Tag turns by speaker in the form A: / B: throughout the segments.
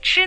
A: 痴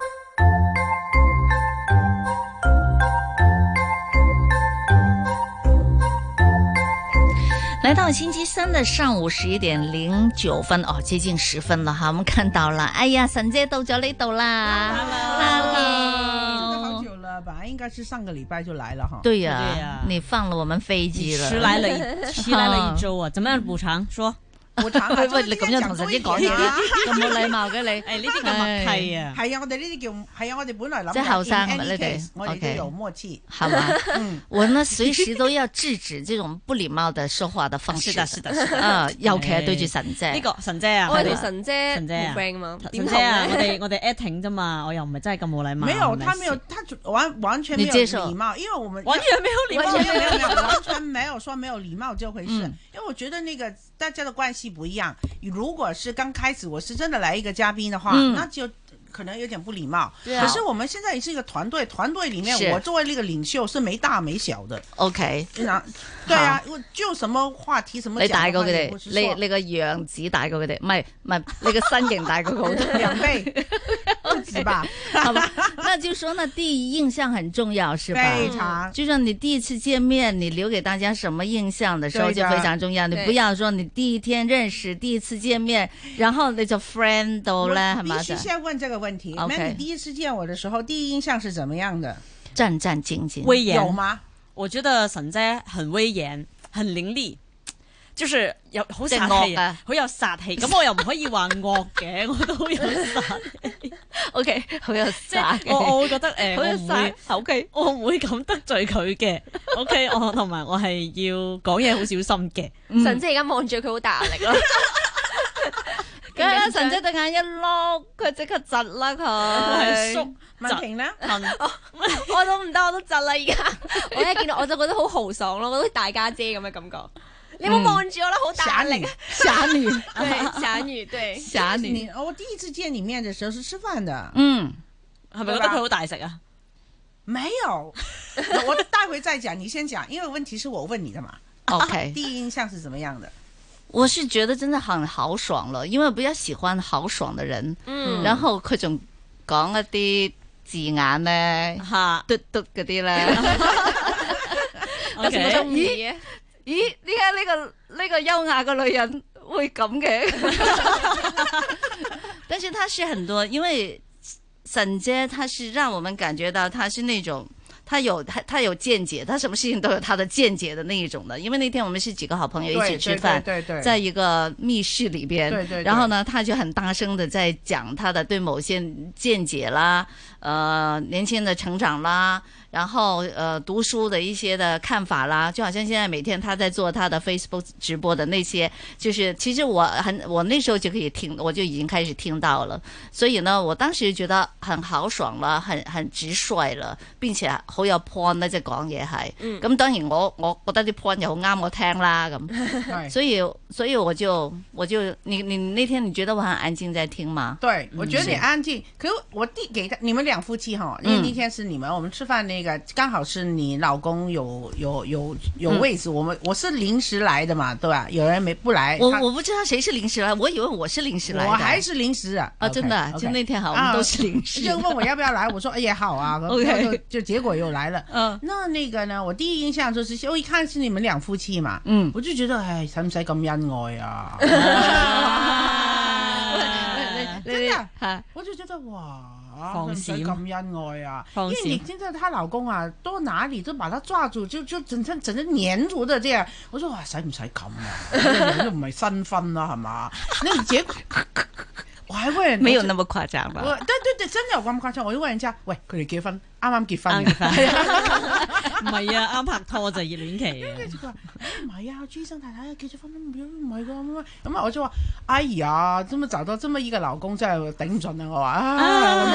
B: 来到星期三的上午十一点零九分，哦，接近十分了哈，我们看到了，哎呀，神姐到咗呢度啦嗯
C: 真的好
B: ，Hello，
C: 久了，本来应该是上个礼拜就来了哈。
B: 对
D: 对
B: 呀
D: 呀，
B: 你放了我们飞机了，
D: 迟来了一迟来了一周啊，怎么样补偿？说，
C: 我查下，
B: 喂
C: 我
B: 喂，你咁樣同神姐講嘢，咁冇禮貌嘅你，
D: 誒呢啲
B: 哎
D: 咁默契啊，
C: 係啊，我哋呢啲叫係啊，我哋本來諗
B: 即係
C: 就
B: 後生
C: in
B: 啊
C: any
B: 你哋
C: case，我哋
B: OK
C: 都有 默契。
B: 好吧？
C: 嗯，
B: 我呢隨時都要制止這種不禮貌的說話的方式
D: 是的，，是的，是的。
B: 啊，尤其係對住神姐，
D: 呢個神姐啊，
A: 我係
D: 係
A: 同
D: 嘛
A: 神姐
D: 神姐啊
A: 好 friend 嘛，
D: 神
A: 點
D: 姐啊，
A: 同
D: 我
A: 呢
D: 哋我 哋 acting 啫嘛，我又唔係真係咁冇禮貌。
C: 沒有，
D: 係咪
C: 他沒有，他就完完全沒有
B: 你接受
C: 禮貌，因為我們
D: 完全沒有禮貌
C: 完全没有没有，完全没有说没有礼貌这回事。
B: 嗯
C: 因为我觉得那个大家的关系不一样。如果是刚开始我是真的来一个嘉宾的话，
B: 嗯
C: 那就可能有点不礼貌。
B: 对啊
C: 可是我们现在是一个团队，团队里面
B: 是
C: 我作为那个领袖是没大没小的。
B: OK，
C: 那对啊，我就什么话题什么
B: 你
C: 讲
B: 大
C: 的
B: 過
C: 话
B: 佢
C: 也不
B: 哋，
C: 是
B: 你
C: 说
B: 你個樣子大過佢哋，唔係唔係，你個身形大過佢好多。
C: 两倍不止吧？
B: 好吧，那就说呢，第一印象很重要，是吧？嗯
C: 非常
B: 就像你第一次见面，你留给大家什么印象的时候
C: 对
B: 就
C: 的
B: 非常重要。你
A: 对
B: 不要说你第一天认识、第一次见面，然后你就 friend 到咧，系
C: 必
B: 嘛
C: 须
B: 就
C: 先问这个问题。
B: OK
C: 那你第一次见我的时候，第一印象是怎么样的？
B: 战战兢兢。
D: 威
C: 有
D: 嚴，
C: 吗？
D: 我覺得神姐很威嚴，很凌厲。就是有好
B: 即
D: 殺
B: 係
D: 氣
B: 惡啊
D: 好有殺氣。咁我又唔可以話惡嘅， 我都有殺。
B: O K，好有啊
D: 即
B: 殺
D: 係
B: 氣，
D: 我我會覺得誒，
B: 好
D: 我
B: 有
D: 唔
B: 殺
D: 會
B: O K，
D: 我唔會咁得罪佢嘅。OK，我同埋我係要講嘢好小心嘅。
A: 神姐而家望住佢好大壓力咯，
B: 梗係啦，神姐對眼一碌，佢即刻窒啦 佢。
D: 縮
C: 曼婷呢？
A: 我都唔得，我都窒啦而家。 我一見到我就覺得好豪爽咯，我覺得大家姐咁嘅感覺。你冇望住我啦，好大壓力。
B: 侠 女，
A: 對，小女對，
B: 侠
C: 你
B: 女，
C: 我第一次见你面的时候是吃饭的，
B: 嗯，
D: 係咪覺得佢好大食啊？
C: 没有。我 待会再讲，你先讲，因为问题是我问你的嘛。
B: OK，
C: 第一印象是怎么样的？
B: 我是觉得真的很豪爽了，因为比较喜欢豪爽的人。
A: 嗯，
B: 然後佢仲講一啲字眼咧，
D: 嚇
B: 嘟嘟嗰啲咧。
A: 我
D: ，OK，
A: 中意 啊。
B: 咦？點解呢個呢、個優雅嘅女人會咁 嘅？但是她是很多，因為沈姐她是讓我們感覺到她是那種。她有她她有見解，她什麼事情都有她的見解的那一種的。因為那天我們是幾個好朋友一起吃飯，
C: 对对
B: 在一个密室里边，
C: 对对对
B: 然后呢，他就很大声的在讲他的对某些见解啦，呃，年轻人的成长啦，然后呃，读书的一些的看法啦，就好像现在每天他在做他的 Facebook 直播的那些，就是其实我很我那时候就可以听，我就已经开始听到了，所以呢，我当时觉得很豪爽啦，很很直率啦，並且好有 point 咧，即係講嘢係，咁、
C: 嗯
B: 當然我我覺得啲 point 又好啱我聽啦咁。
C: 对
B: 所以，所以我就我就你你你那天你觉得我很安静在听吗？
C: 对，我觉得你安静。可我递给他你们两夫妻哈，因为
B: 嗯
C: 那天是你们我们吃饭那个，刚好是你老公有有有有
B: 嗯
C: 位置，我们我是临时来的嘛，对吧？有人没不来，
B: 我
C: 哎他
B: 我不知道谁是临时来，我以为我是临时来的。
C: 我还是临时啊
B: 啊，真的啊
C: OK，OK
B: 就那天好，我
C: 啊
B: 们都是临时。
C: 就问我要不要来，我说哎也 好啊
B: OK
C: 然后就就结果又来了。
B: 嗯
C: 那那个呢，我第一印象就是，我一看是你们两夫妻嘛，
B: 嗯，
C: 我就觉得，唉，使唔使咁恩愛 啊？
D: 啊
C: 真的
B: 哈
C: 我就觉得哇，
D: 放
C: 使唔使
D: 閃
C: 咁恩愛啊？因
D: 放
C: 为
D: 閃
C: 你听到她老公啊，到哪里都把她抓住，就就整天整天黏住的这样。我说哇，使唔使咁啊？你都唔係新婚啦，係嘛？那你結果，我還問人
B: 没有那么夸张
C: 我
B: 吧？
C: 对对对，真有咁誇張。我都問人家，喂，佢哋結婚，啱啱結 婚
D: 啱
C: 嘅
B: 嗯
D: 結。婚， 唔係啊，啱拍拖就熱戀期啊。
C: 佢話哎唔係啊，朱醫生太太結咗婚都唔唔係㗎咁啊咁啊，我就話：哎呀，這麼找到這麼一個老公真 係 頂唔順啊！我話啊，咁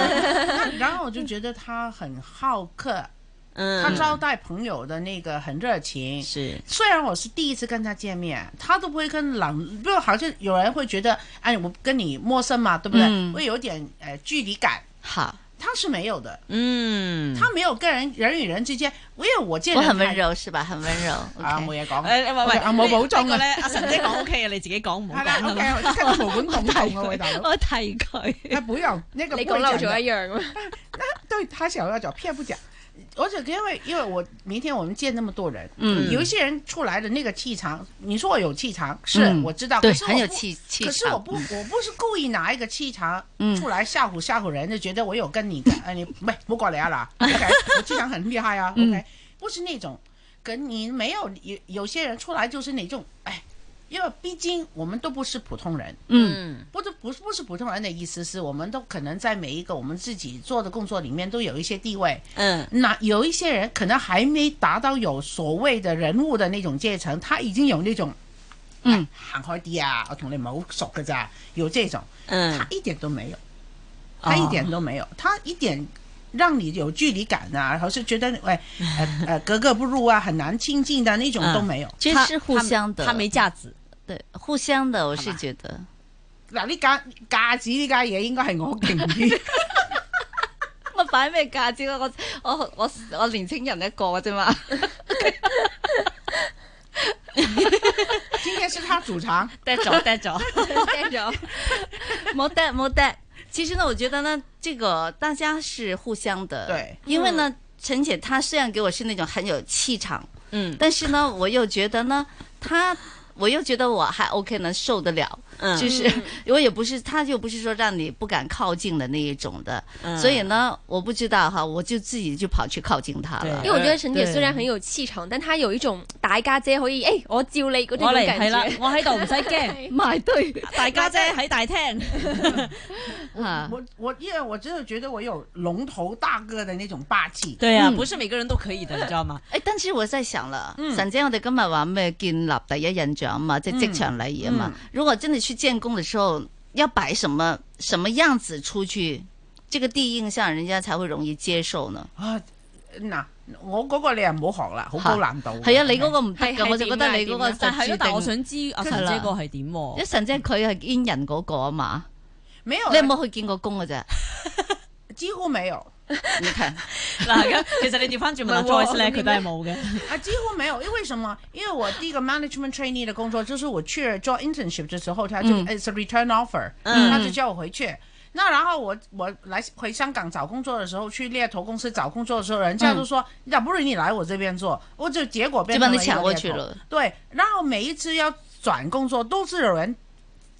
C: 樣然後我就覺得他很好客，他
A: 嗯，
C: 招待朋友的那个很热情。
D: 是
C: 虽然我是第一次跟他见面，他都不会跟冷，不好像有人会觉得，哎，我跟你陌生嘛，对不对？
B: 嗯
C: 会有点呃距离感，
B: 好，
C: 他是没有的，
D: 嗯，
C: 他没有跟人人與人之間，因為我見
B: 我
C: 人
B: 很
C: 太
B: 温柔是吧？很温柔。
C: 啊，冇
B: OK 哎
C: 嘢講。
D: 誒喂喂，
C: 啊冇補充啊
D: 呢個咧，阿神姐講 OK 嘅，你自己講唔好
C: 係啦
D: 講啦。
C: ，OK，我即刻毛管戙戙嘅啊喂大 佬。
D: 啊我提佢，
C: 他不用那个
A: 你
C: 不會
A: 講漏
C: 講的
A: 咗一樣 啊，
C: 对他想要讲，偏不讲。而且因为因为我明天我们见那么多人，
B: 嗯
C: 有一些人出来的那个气场，你说我有气场，是、
B: 嗯
C: 我知道，
B: 对
C: 可，是我
B: 很有
C: 不
B: 气气
C: 可是我
B: 场。
C: 不，我不是故意拿一个气场
B: 嗯
C: 出来吓唬吓唬人，就觉得我有 跟你，哎，你喂，冇过嚟啊啦，OK，我气场很厉害啊
B: 嗯
C: ，OK，不是那种，可你没有有有些人出来就是那种，哎，因为毕竟我们都不是普通人，
B: 嗯
C: 不是不是不是普通人的意思，是我们都可能在每一个我们自己做的工作里面都有一些地位。
A: 嗯，
C: 那有一些人可能还没达到有所谓的人物的那种阶层，他已经有那种，哎
B: 嗯，
C: 行开啲啊，我同你唔係好熟噶咋，有这种，
A: 嗯
C: 他一点都没有，他一点都没有，他一点。让你有距离感啊，然后是觉得哎，呃呃，格格不入啊，很难亲近的那种
A: 嗯
C: 都没有。
B: 其实是互相的
D: 他没架子，
B: 对，互相的，我是觉 得
C: 嗱，呢家架子呢家嘢應該係我勁 啲。
B: 我擺咩價值啊？我我我我年青人一個啫嘛。
C: 今天是他主场，
D: 得咗得咗，
A: 聽咗，
B: 冇得冇得。其实呢，我觉得呢，这个大家是互相的，
C: 对，
B: 因为呢，陈姐她虽然给我是那种很有气场，
D: 嗯
B: 但是呢，我又觉得呢，她。我又觉得我还 OK 能受得了，
D: 嗯
B: 就是 我也不是，她又不是说让你不敢靠近的那一种的，
D: 嗯
B: 所以呢，我不知道哈，我就自己就跑去靠近她了
A: 因為。我覺得陳
D: 哎
A: 姐雖然很有氣場，但她有一種大家姐可以，誒，我照你嗰種
D: 我嚟係
A: 感
D: 啦
A: 覺，，
D: 我喺度唔使驚，
B: 埋堆
D: 大家姐喺大廳，
B: 啊，
C: 我我因为我真的觉得我有龙头大哥的那种霸气。
D: 對啊，
B: 嗯
D: 不是每個人都可以的，你知道嗎？
B: 誒，但是我在想啦，
C: 嗯
B: 神姐，我哋今日話咩建立第一印象啊嘛，即係職場禮儀啊嘛。
C: 嗯
B: 如果真係去建功的時候，要擺什麼什麼樣子出去，這個第一印象人家才會容易接受呢？
C: 啊，嗱，我嗰個你又唔好學啦，好高難度。
B: 係啊，你嗰個唔得
A: 係
B: 㗎，
A: 係
B: 我就覺得你嗰
A: 點
B: 個
A: 啊
B: 就
D: 但係咯
B: 注，
D: 但我
B: 定。
D: 想知阿
B: 佢
D: 神姐個係點喎
B: 一？神姐佢係堅人嗰個啊嘛，
C: 沒有，
B: 你有冇去見過工嘅啫？
C: 幾乎沒有
B: 你 看，
D: 嗱，咁其實你調翻轉問阿
A: 唔係喎
D: Joyce 咧，佢都係冇 嘅。
C: 啊，幾乎沒有，因為什麼？因為我第一個 management trainee 的工作，就是我去做 internship 的時候，他就
B: 嗯
C: it's a return offer，他就叫我回去。那然後我我來回香港找工作的時候，去獵頭公司找工作的時候，人家都說，要不如你來我這邊做，我就結果變
B: 嗯就把
C: 成
B: 你
C: 了
B: 搶
C: 一個
B: 過
C: 獵
B: 去
C: 頭
B: 了。
C: 對，然後每一次要轉工作，都是有人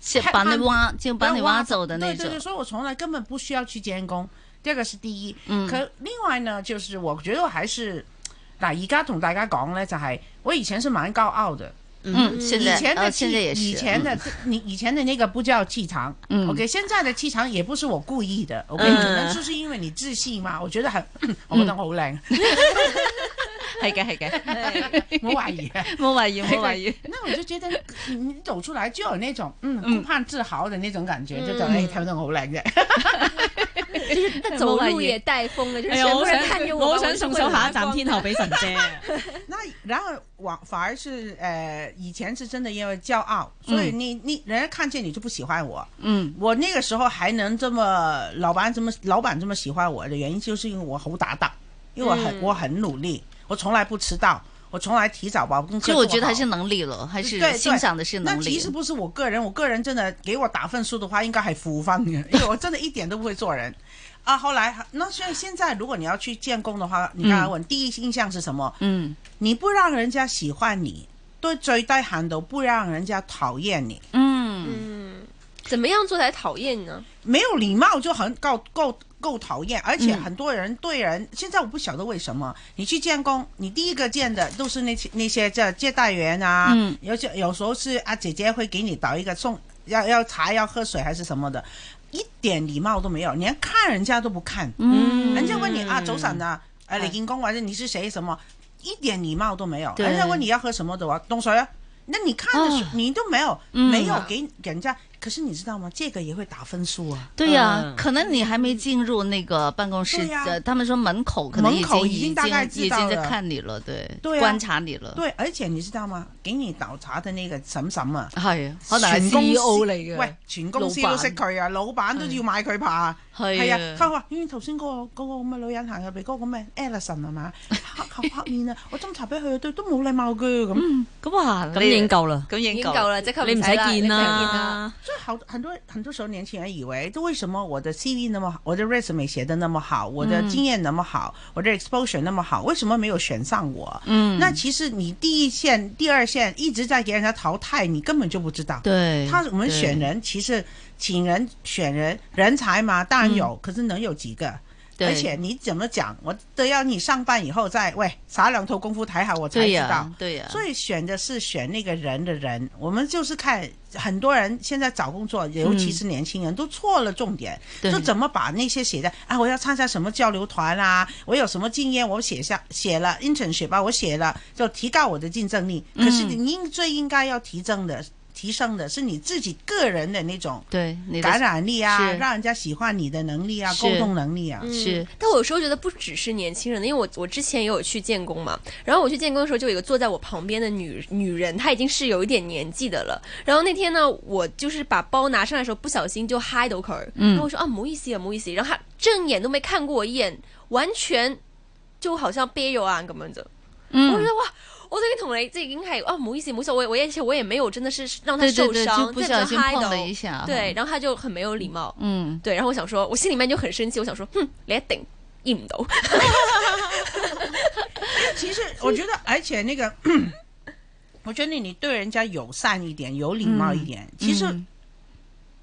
B: 是
C: 看
B: 把你
C: 看
B: 挖就把你挖走的那
C: 对对
B: 種
C: 对，。所以我从来根本不需要去监工，这个是第一。
B: 嗯
C: 可另外呢，就是我觉得还是嗱，而家同大家讲呢，就系、我以前是蛮高傲的，
B: 嗯，
C: 以
B: 現在
C: 前
B: 呃
C: 的
B: 現
C: 气，
B: 在也是，
C: 以前的你以前的那个不叫气场、
B: 嗯
C: o k 现在的气场也不是我故意的，OK，、
D: 嗯
C: 可能就是因为你自信嘛，我觉得很， 我觉得我好靓，
B: 係嘅係嘅，
C: 我懷疑。啊
B: 冇懷疑冇懷疑。
C: 那我就觉得你你走出来就有那种嗯顾盼自豪的那种感
B: 嗯
C: 觉，就等哎，他们都好靓啫。
A: 走路也帶風嘅，就是
D: 哎呀，
A: 全部
D: 我好
A: 人看
D: 想
A: 着
D: 我
A: 我，
D: 好想送上下一站
A: 啊
D: 天后俾神 姐。
C: 那然后往反而是呃，以前是真的因为骄傲，所以你你人家看见你就不喜欢我。
B: 嗯
C: 我那个时候还能这么老板这么老板这么喜欢我的原因，就是因为我好搭档，因为我
B: 嗯
C: 很、我很努力，我从来不迟到，我从来提早把功
B: 其实
C: 课做好。
B: 我觉得还是能力了，还是
C: 对对
B: 欣赏的是
C: 那
B: 能
C: 其
B: 力
C: 实。不是我个人，我个人真的给我打分数的话，应该还负分的， 因为我真的一点都不会做人。啊，后来那所以现在如果你要去建工的话，你刚才问、第一印象是什么？
B: 嗯
C: 你不让人家喜欢你，对最低限度不让人家讨厌你，
B: 嗯，
A: 嗯，怎么樣做才啊討厭呢？
C: 没有礼貌就很够够够讨厌。而且很多人对人，现在我不晓得为什么，你去见工，你第一个见的都是那些那些这接待员啊，
B: 嗯
C: 有些有时候是啊姐姐会给你倒一个送要要茶要喝水还是什么的，一点礼貌都没有，连看人家都不看，
B: 嗯
C: 人家问你啊早晨啊，呃李金工或者你是谁什么，一点礼貌都没有。
B: 对
C: 人家问你要喝什么的话，懂谁啊？那你看的时
B: 啊
C: 候、你都没有，
B: 嗯
C: 没有给给人家可是你知道吗？这个也会打分数啊，
B: 对呀、
D: 嗯
B: 可能你还没进入那个办公室，
C: 对呀
B: 呃，他们说门口可能已
C: 门口
B: 经
C: 已经大概知
B: 已
C: 道
B: 经
C: 了
B: 在看你了，对，
C: 对呀啊
B: 观察你了，
C: 对，而且你知道吗？给你倒茶的那个嬸嬸啊，E
B: 係啊，可能係
C: 全公司
B: CEO 嚟嘅，
C: 喂，全公司都
B: 老闆
C: 識佢啊，老闆都要買佢爬。係啊，
B: 係
C: 佢
B: 啊，
C: 話：咦，頭先嗰個嗰個咁嘅女人行入嚟，嗰個咩 Alison 係嘛？ 黑口黑面啊，我斟茶俾佢，對都冇禮貌嘅咁。
D: 咁啊，咁
B: 你
D: 已經夠啦，
B: 咁
A: 已
B: 影
A: 經夠啦，即刻
D: 你唔
A: 使
D: 使
A: 啦
D: 見
A: 你唔使見啦
D: 啦。
C: 所以好很多很多时候年轻人以为，都为什么我的 CV 那么好，我的 resume 写的那么好，我
B: 嗯
C: 的经验那么好，我的 exposure 那么好，为什么没有选上我？
B: 嗯，
C: 那其实你第一线、第二线一直在给人家淘汰，你根本就不知道。
B: 对，
C: 他我们
B: 对
C: 选人，其实请人选人人才嘛，当然有，可是能有几个？
B: 嗯对
C: 而且你怎么讲，我都要你上班以后再喂撒两头功夫抬好，我才
B: 对
C: 知
B: 呀、
C: 道。
B: 对呀、
C: 所以选的是选那个人的人，我们就是看很多人现在找工作，尤其是年轻人、都错了重点，
B: 对
C: 就怎么把那些写在啊，我要参加什么交流团啊，我有什么经验，我写下写了 internship 啊吧，我写了就提高我的竞争力。
B: 嗯
C: 可是你应最应该要提升的。提升的是你自己个人的那种
B: 对你的
C: 感染力啊，
B: 是
C: 让人家喜欢你的能力啊，
B: 是
C: 沟通能力啊。
B: 是
A: 嗯但我有时候觉得不只是年轻人的，因为我我之前也有去建工嘛，然后我去建工的时候，就有一个坐在我旁边的女女人，她已经是有一点年纪的了。然后那天呢，我就是把包拿上来的时候，不小心就嗨到佢，
B: 嗯
A: 然后我说啊，唔好意思啊，唔好意思，然后她正眼都没看过我一眼，完全就好像啤友眼咁樣就，我
B: 嗯
A: 覺得哇。我最近同你即係已經係啊，唔好意思，唔好意思，我我而且我也沒有真的是讓她
B: 对
A: 受
B: 对对，
A: 傷，
B: 就不
A: 真
B: 小
A: 的
B: 心
A: 嗨
B: 碰
A: 到
B: 了一下，啊
A: 对，，然后她就很沒有禮貌，
B: 嗯，
A: 对，然后我想说，我心里面就很生气，我想说，哼，你一定应唔到，
C: 其实我觉得，而且那个， 我觉得你对人家友善一点，有礼貌一点，其实
B: 嗯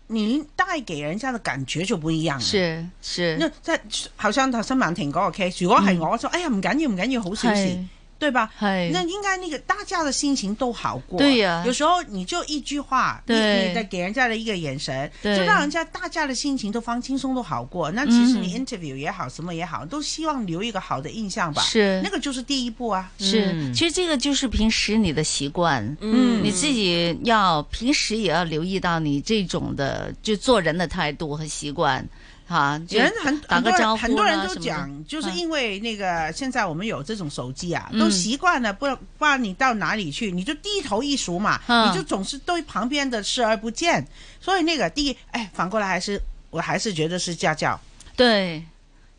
C: 你带给人家的感觉就不一样了。
B: 是是，
C: 那即係後生頭新曼婷嗰個 case，如果
B: 嗯
C: 係我就，哎呀唔緊要唔緊要，好小事，對吧？
B: 系
C: 那應該那個大家的心情都好過。
B: 對呀
C: 有時候你就一句話，你
B: 對
C: 你的給人家的一個眼神，
B: 對
C: 就讓人家大家的心情都放輕鬆都好過。那其實你
B: 嗯
C: interview 也好，什麼也好，都希望留一個好的印象吧。
B: 是
C: 那个就是第一步啊。
B: 是，其实这个就是平时你的习惯，
C: 嗯
B: 你自己要平时也要留意到你这种的就做人的态度和习惯，哈，就
C: 人很
B: 打
C: 很
B: 个
C: 多
B: 招
C: 人
B: 呼
C: 很多人
B: 啦
C: 都
B: 什么的
C: 讲，就是
B: 嗯
C: 因为那个现在我们有这种手机啊，
B: 嗯
C: 都习惯了，不不然你到哪里去，你就低头一数嘛，
B: 嗯
C: 你就总是对旁边的视而不见。所以那个第一，哎，反过来还是我还是觉得是家教
B: 对，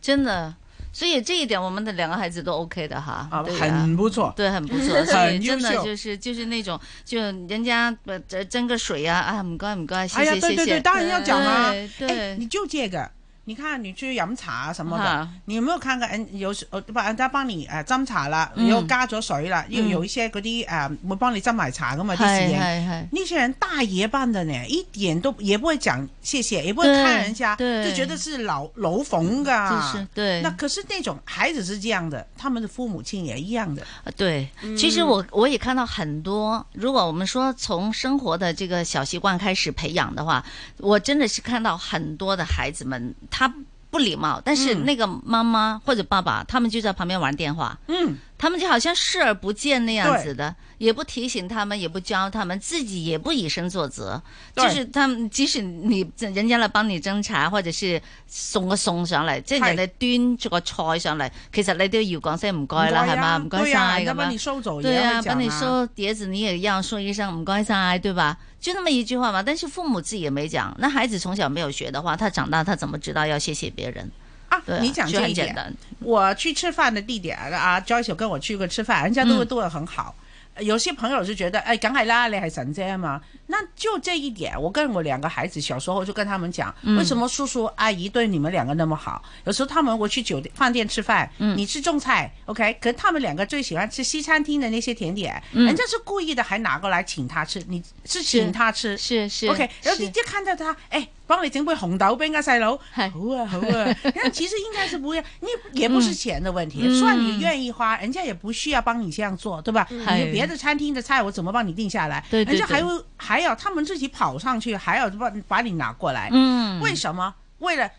B: 真的，所以这一点我们的两个孩子都 OK 的哈，
C: 啊，
B: 对呀
C: 很不错。
B: 对，很不错，所以
C: 很
B: 真的
C: 优秀
B: 就是就是那种，就人家呃斟个水啊，啊，唔该唔该，谢
C: 哎呀，
B: 谢
C: 对
B: 谢
C: 对对，
B: 谢，
C: 当然要讲啊，
B: 对
C: 哎，你
B: 对，
C: 就这个。你看，你去饮茶啊什么的
B: 哈，
C: 你有没有看过？嗯，有时呃不人家帮你誒斟茶啦，
B: 嗯
C: 又加咗水啦，又
B: 嗯
C: 有一些嗰啲誒會幫你斟埋茶噶嘛啲侍
B: 嗨
C: 應。
B: 嗨嗨，
C: 那些人大爷般的呢，一点都也不会讲谢谢，也不会看人家，
B: 对对
C: 就觉得是老楼缝的啊。
B: 就是嗯对，
C: 那可是那种孩子是这样的，他们的父母亲也一样的。
B: 呃对，其实我我也看到很多，如果我们说从生活的这个小习惯开始培养的话，我真的是看到很多的孩子们他不礼貌，但是
C: 嗯
B: 那个妈妈或者爸爸他们就在旁边玩电话，
C: 嗯，
B: 他们就好像视而不见那样子的，也不提醒他们，也不教他们，自己也不以身作则。
C: 对
B: 就是他们，即使你人家嚟幫你斟茶，或者是送個餸上嚟，即係人
C: 係
B: 哋端咗個菜上嚟，其實你都要講聲唔該啦，
C: 呀
B: 係嘛？唔該
C: 对呀
B: 晒
C: 人家
B: 咁
C: 帮你
B: 樣。
C: 收走也
B: 對
C: 啊要
B: 啊，
C: 讲
B: 幫你
C: 啊。
B: 收碟子，你也要说一聲唔該晒，對吧？就那麼一句話嘛。但是父母自己也沒講，那孩子從小沒有學的話，他長大他怎麼知道要謝謝別人？
C: 啊
B: 對啊，
C: 你讲
B: 就
C: 这
B: 很
C: 一
B: 簡
C: 点，
B: 單。
C: 我去吃饭的地点啊，Joyce 有跟我去过吃饭，人家都会
B: 嗯
C: 对我很好。有些朋友就觉得，哎，梗系啦，你系神姐嘛。那就这一点，我跟我两个孩子小时候就跟他们讲，为什么叔叔阿姨对你们两个那么好？有时候他们我去酒店饭店吃饭，你吃中菜，OK，可他们两个最喜欢吃西餐厅的那些甜点，人家是故意的，还拿过来请他吃，你是请他吃，
B: 是是
C: OK，然后
B: 是
C: 一看到他，哎，幫你整杯紅豆冰啊，細佬，好
B: 係
C: 啊 好啊。那其實應該是不一樣，你也不是錢的問題，
B: 嗯
C: 虽然你願意花，人家也不需要幫你這樣做，对吧？你
B: 係
C: 別的餐廳的菜我怎麼幫你定下來？
B: 對對
C: 人家
B: 對
C: 還會還要他們自己跑上去，還要把把你拿過來，
B: 嗯，
C: 為什麼？為了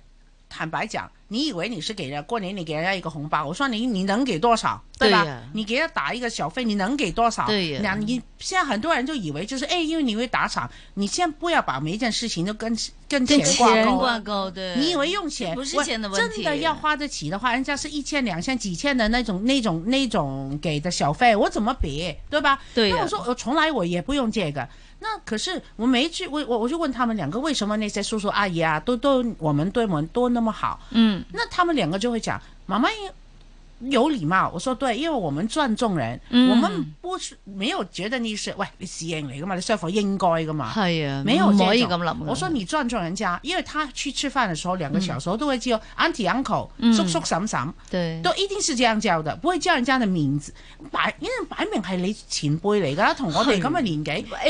C: 坦白講，你以為你是給人家過年你給人家一個紅包，我說你你能給多少，
B: 對
C: 吧？
B: 呀
C: 你給他打一個小費，你能給多少？
B: 對呀
C: 那你现在很多人就以为就是哎，因为你会打赏，你先不要把每一件事情都跟跟
B: 跟
C: 钱挂钩。
B: 挂
C: 啊
B: 钩，对，
C: 你以为用钱
B: 不是
C: 我
B: 钱的问题
C: 真的要花得起的话，人家是一千、两千、几千的那种、那种、那种给的小费，我怎么比，对吧？
B: 对呀
C: 那我说我呃从来我也不用这个。那可是我没去，我我我就问他们两个，为什么那些叔叔阿姨啊，都都我们对我们都那么好？
B: 嗯
C: 那他们两个就会讲，妈妈因有礼貌。我说对，因为我们尊重人，
B: 嗯
C: 我们不是没有覺得你是喂你侍應嚟噶嘛，你 serve 應該噶嘛。
B: 係啊，
C: 沒有
B: 唔
C: 這
B: 可以咁
C: 種
B: 諗嘅。
C: 我說你尊重人家，因為他去吃飯的時候，兩個小時候都會叫 auntie uncle、
B: 嗯
C: 叔叔嬸嬸，
B: 對
C: 都一定是這樣叫的，不會叫人家的名字。擺因為擺明係你前輩嚟㗎，同 我哋咁嘅年紀，
B: Andy 咁樣係
C: 就算叫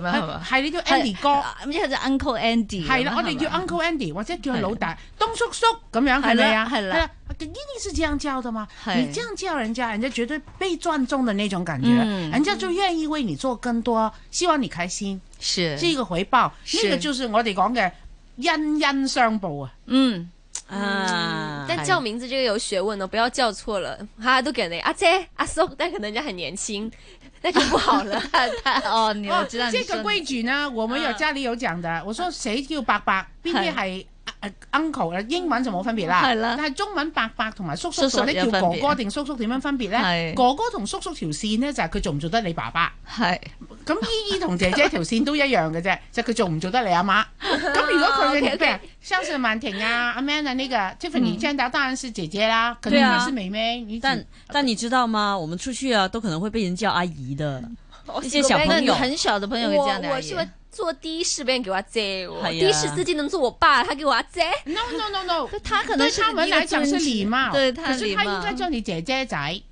B: 嘛
C: 係你叫 Andy 哥。
B: 咁一係就 Uncle Andy
C: 係啦，
B: 咁
C: 我
B: 樣
C: 哋
B: 係
C: 叫
B: 嘛
C: Uncle Andy 或者叫佢老大東叔叔咁樣，係咪
B: 係
C: 啊？
B: 啦係啦
C: 一定是這樣叫的嘛。
B: 係
C: 你這樣叫人家，人家絕對被尊重的那種感覺，
B: 嗯
C: 人家就願意為你做更多，希望你開心，
B: 是
C: 這個回報，
B: 是
C: 呢個就是我哋講嘅恩恩相報啊。
B: 嗯
D: 啊，
A: 但叫名字这个有学问的，不要叫错了，哈，都给那阿姐、阿松，但可能人家很年轻，那就不好 了。
B: 哦，你我
C: 哦，
B: 知道你嗯
C: 這個
B: 說
C: 規矩呢，我們有家裡有講的。我說誰叫伯伯，邊啲係啊 uncle 啦，英文就冇分別啦。
B: 係嗯啦
C: 但係中文伯伯同埋叔叔
B: 叔叔
C: 到底叫
B: 有分
C: 哥
B: 別
C: 哥定叔叔點樣分別
B: 係
C: 呢？哥哥同叔叔條線呢，就係佢做唔做得你爸 爸。
B: 係
C: 咁姨姨同姐姐條線都一樣嘅啫，就佢做唔做得你 阿媽。咁如果佢嘅
B: 哦
A: OK，OK
C: 譬如相信曼婷啊、阿 Man 啊呢個
B: 嗯
C: Tiffany 張達當然是姐姐啦，肯
D: 對
C: 定
D: 啊
C: 是妹妹。你
D: 但
B: 嗯
D: 但你知道吗？我们出去啊，都可能会被人叫阿姨的。一些小朋
B: 那
D: 友
B: 你很小的朋友會這樣的
A: 我
B: 阿
A: 我
B: 姨
A: 是會坐的士，别人给我阿姐，我
D: 哎呀
A: 的士司机能做我爸，他给我阿 姐，
C: no no no no，
B: 他可能
C: 对
B: 是
C: 他们
B: 一個
C: 来讲是
B: 尊
C: 礼
B: 敬
C: 貌，
B: 对他
C: 可是
B: 礼
C: 他
B: 貌
C: 应该叫你姐姐仔
B: 哎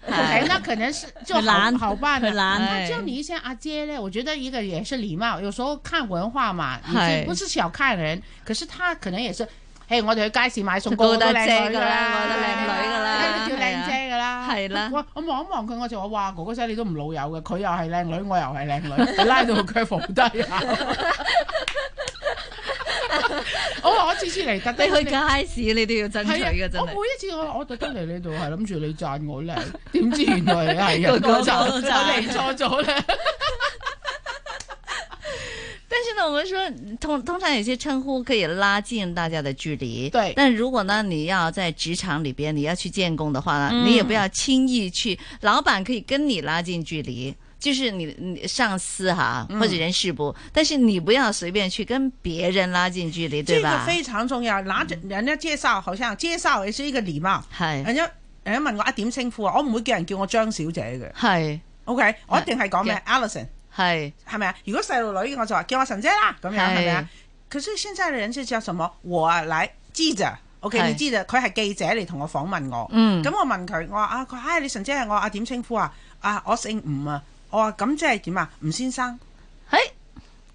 C: ，OK，那可能是就
D: 很
C: 好
D: 难
C: 好办
D: 很
C: 了。
D: 难
C: 他
B: 哎
C: 叫你一声阿姐嘞，我觉得一个也是礼貌。有时候看文化嘛，你
B: 哎
C: 是不是小看人，可是他可能也是，诶，我哋去街市買餸，
B: 個
C: 個
B: 個
C: 個
B: 都
C: 都
B: 係
C: 靚
B: 姐
C: 女
B: 㗎
C: 㗎
B: 啦
C: 啦，
B: 我都靚女㗎啦啊
C: 梗係叫靚姐㗎啦，
B: 係 啦
C: 我我望一望佢，我就話哇，哥哥仔你都唔老友嘅，佢又係 靚女，我又係靚女，拉到佢伏低啊！我話我次次嚟特登
B: 你去街市你都要爭取
C: 係
B: 嘅
C: 啊
B: 真
C: 我每
B: 係。
C: 一次我我特登嚟呢度係諗住你讚我靚，點知原來係人
B: 個個
C: 我
B: 都
C: 就我
B: 讚
C: 嚟錯咗咧。
B: 但是呢，我们说通通常有些称呼可以拉近大家的距离，
C: 对
B: 但如果呢，你要在职场里边你要去建工的话呢，你也不要轻易去，老板可以跟你拉近距离。就是你你上司哈，或者人事部，但是你不要随便去跟别人拉近距离，对
C: 這個
B: 吧？嗯
C: 非常重要，拿着人家介紹，好像介紹也是一個禮貌。
B: 系
C: 人家人家問我啊點稱呼啊，我唔會叫人叫我張小姐嘅。
B: 系
C: OK，我一定係講
B: 嘅
C: 咩 Alison
B: 系
C: 係咪啊？如果細路女嘅我就話叫我神姐啦，咁樣
B: 係
C: 係咪啊？可是現在嘅人是叫什麼？我啊嚟記者
B: 係
C: ，OK，你知就佢係記者嚟同我訪問我。
B: 嗯
C: 咁我問佢，我話啊，佢唉、你神姐係我啊點稱呼啊？啊，我姓吳啊。我話咁即係點啊？吳 先生。
B: 诶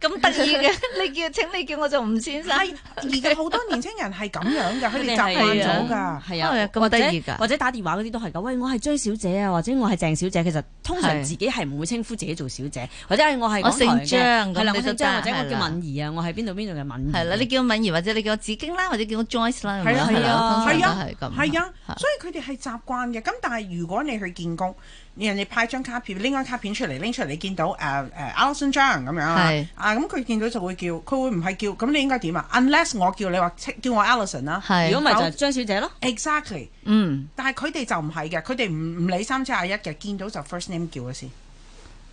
B: 咁得意嘅， 你叫请你叫我做吳先生，
C: 係而家好多年青人係咁樣嘅，佢哋習慣咗㗎。
D: 系
B: 哎呀
D: 啊，
B: 咁
D: 或
B: 得意㗎
D: 者或者打電話嗰啲都係㗎。喂，我係張小姐啊，或者我係鄭小姐。其實通常
B: 係
D: 自己係唔會稱呼自己做小姐，或者係我係
B: 我
D: 港
B: 姓
D: 台嘅
B: 張咁
D: 係啦，
B: 你都
D: 我姓張，
B: 得
D: 或者我
B: 係啦
D: 叫敏儀啊，我係邊度邊度嘅敏儀。啊
B: 係啦，你叫我敏儀或者你叫我紫荊啦，或者叫我 Joyce 啦，咁樣
D: 係啊
B: 係
C: 係
B: 啦
C: 啊
B: 通常都係咁，
C: 係啊，
B: 係
C: 所以佢哋係習慣嘅。咁但係如果你去見工，人哋派張卡片，拎張卡片出嚟，拎出嚟，你見到誒誒 Alison 張咁樣
B: 係
C: 啊，啊咁佢見到就會叫，佢會唔係叫，咁你應該點啊？Unless 我叫你話叫我 Alison 啦
B: 係
D: 如果唔係就係張小姐咯。
C: ，exactly。
B: 嗯。
C: 但係佢哋就唔係嘅，佢哋唔唔理三七廿一嘅，見到就 first name 叫佢先，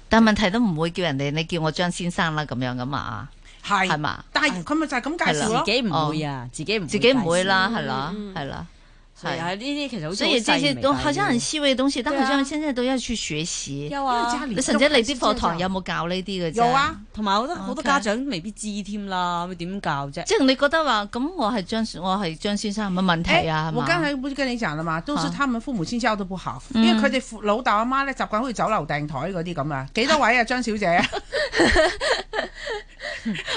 B: 但問題都唔會叫人哋，你叫我張先生啦咁樣噶嘛，
C: 係
B: 係嘛？
C: 但係佢咪就係咁介紹
D: 自
C: 咯。
D: 己唔會啊，自己唔
B: 自己唔會啦，係
A: 嗯
B: 啦，
A: 嗯
B: 係啦，
D: 係啊，呢啲其實好似
B: 所以這些都好像很
D: 人
B: 細微的東西，但好
A: 對
B: 像
A: 啊
B: 現在都要去學習。
D: 有
C: 因為家
D: 啊
C: 裡，
B: 你甚至你啲課堂有冇教呢啲嘅啫？
C: 有啊，
D: 同埋好多好
B: OK
D: 多家長都未必知添啦，咁點教啫？
B: 即係你覺得話咁，我係張我係張先生有乜問
C: 哎
B: 題啊？係
C: 我
B: 嘛
C: 剛才不是跟你講啦嘛，都是
B: 啊
C: 他們父母親教得不好，
B: 嗯
C: 因為佢哋父老豆阿媽咧習慣好似酒樓訂台嗰啲咁啊，幾多位啊，張 小姐啊？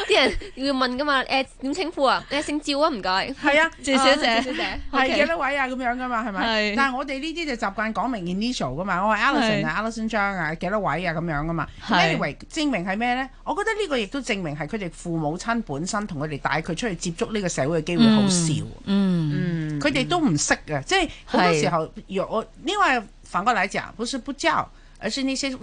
A: 啲人要問噶嘛？誒點稱呼啊？誒姓趙啊，唔 該。
C: 係啊，
B: 謝小
A: 啊
B: 姐
A: 謝，姐
C: 係
B: OK
C: 幾多位啊咁樣噶嘛，係
B: 係
C: 咪？但係我哋呢啲就習慣講明 initial 噶嘛，我係
B: 係
C: Alison 啊，Alison 張啊，幾多位啊咁樣噶嘛。
B: 係
C: anyway，證明係咩呢？我覺得呢個亦都證明係佢哋父母親本身同佢哋帶佢出去接觸呢個社會嘅機會好少，
B: 嗯，
D: 嗯，
C: 佢哋 都唔識啊，即啊係好多時候有因為反過來講，不是不教，而是那些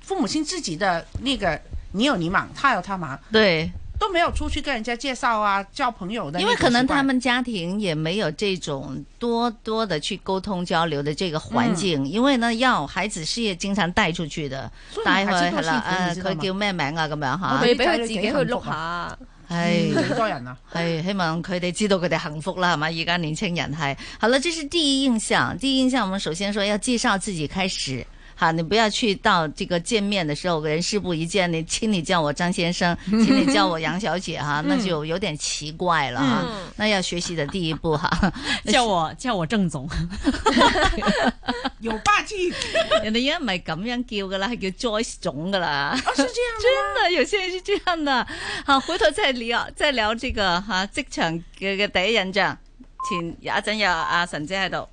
C: 父母亲自己的那个你有你忙，他有他忙，
B: 对，
C: 都没有出去跟人家介绍啊，交朋友的那
B: 因
C: 种
B: 为
C: 习惯。
B: 可能他们家庭也没有这种多多的去沟通交流的这个环境，因为呢，要孩子事業經常帶出去的，
C: 所以
B: 帶
C: 孩
B: 去
C: 子都
B: 係
C: 幸
B: 啦，
C: 福，你
B: 誒
C: 知道
B: 佢
C: 嗎
B: 叫咩名啊咁樣
A: 我
B: 吓
C: 我，
A: 哋
C: 哋
A: 俾佢
C: 睇
A: 自
C: 你
A: 己
C: 幾
A: 去
C: 幸福
A: 碌下。
B: 係
C: 幾多人啊？
B: 係希望佢哋知道佢哋幸福啦，係嘛？而家年青人係好了，這是第一印象。第一印象，我們首先說要介紹自己開始。好，你不要去到這個見面的時候，人事不一見，你請你叫我張先生，請你叫我楊小姐哈，那就有點奇怪了哈。
A: 嗯
B: 那要學習的第一步哈。
D: 叫我叫我郑总，
C: 有霸氣，
B: 人哋而家唔係咁樣叫噶啦，係叫 Joyce 總噶啦。
C: 啊，是這樣的嗎。
B: 真的，有些人是這樣的。好，回頭再聊，再聊這個吓職場嘅嘅第一印象。前有一陣有阿神姐喺度。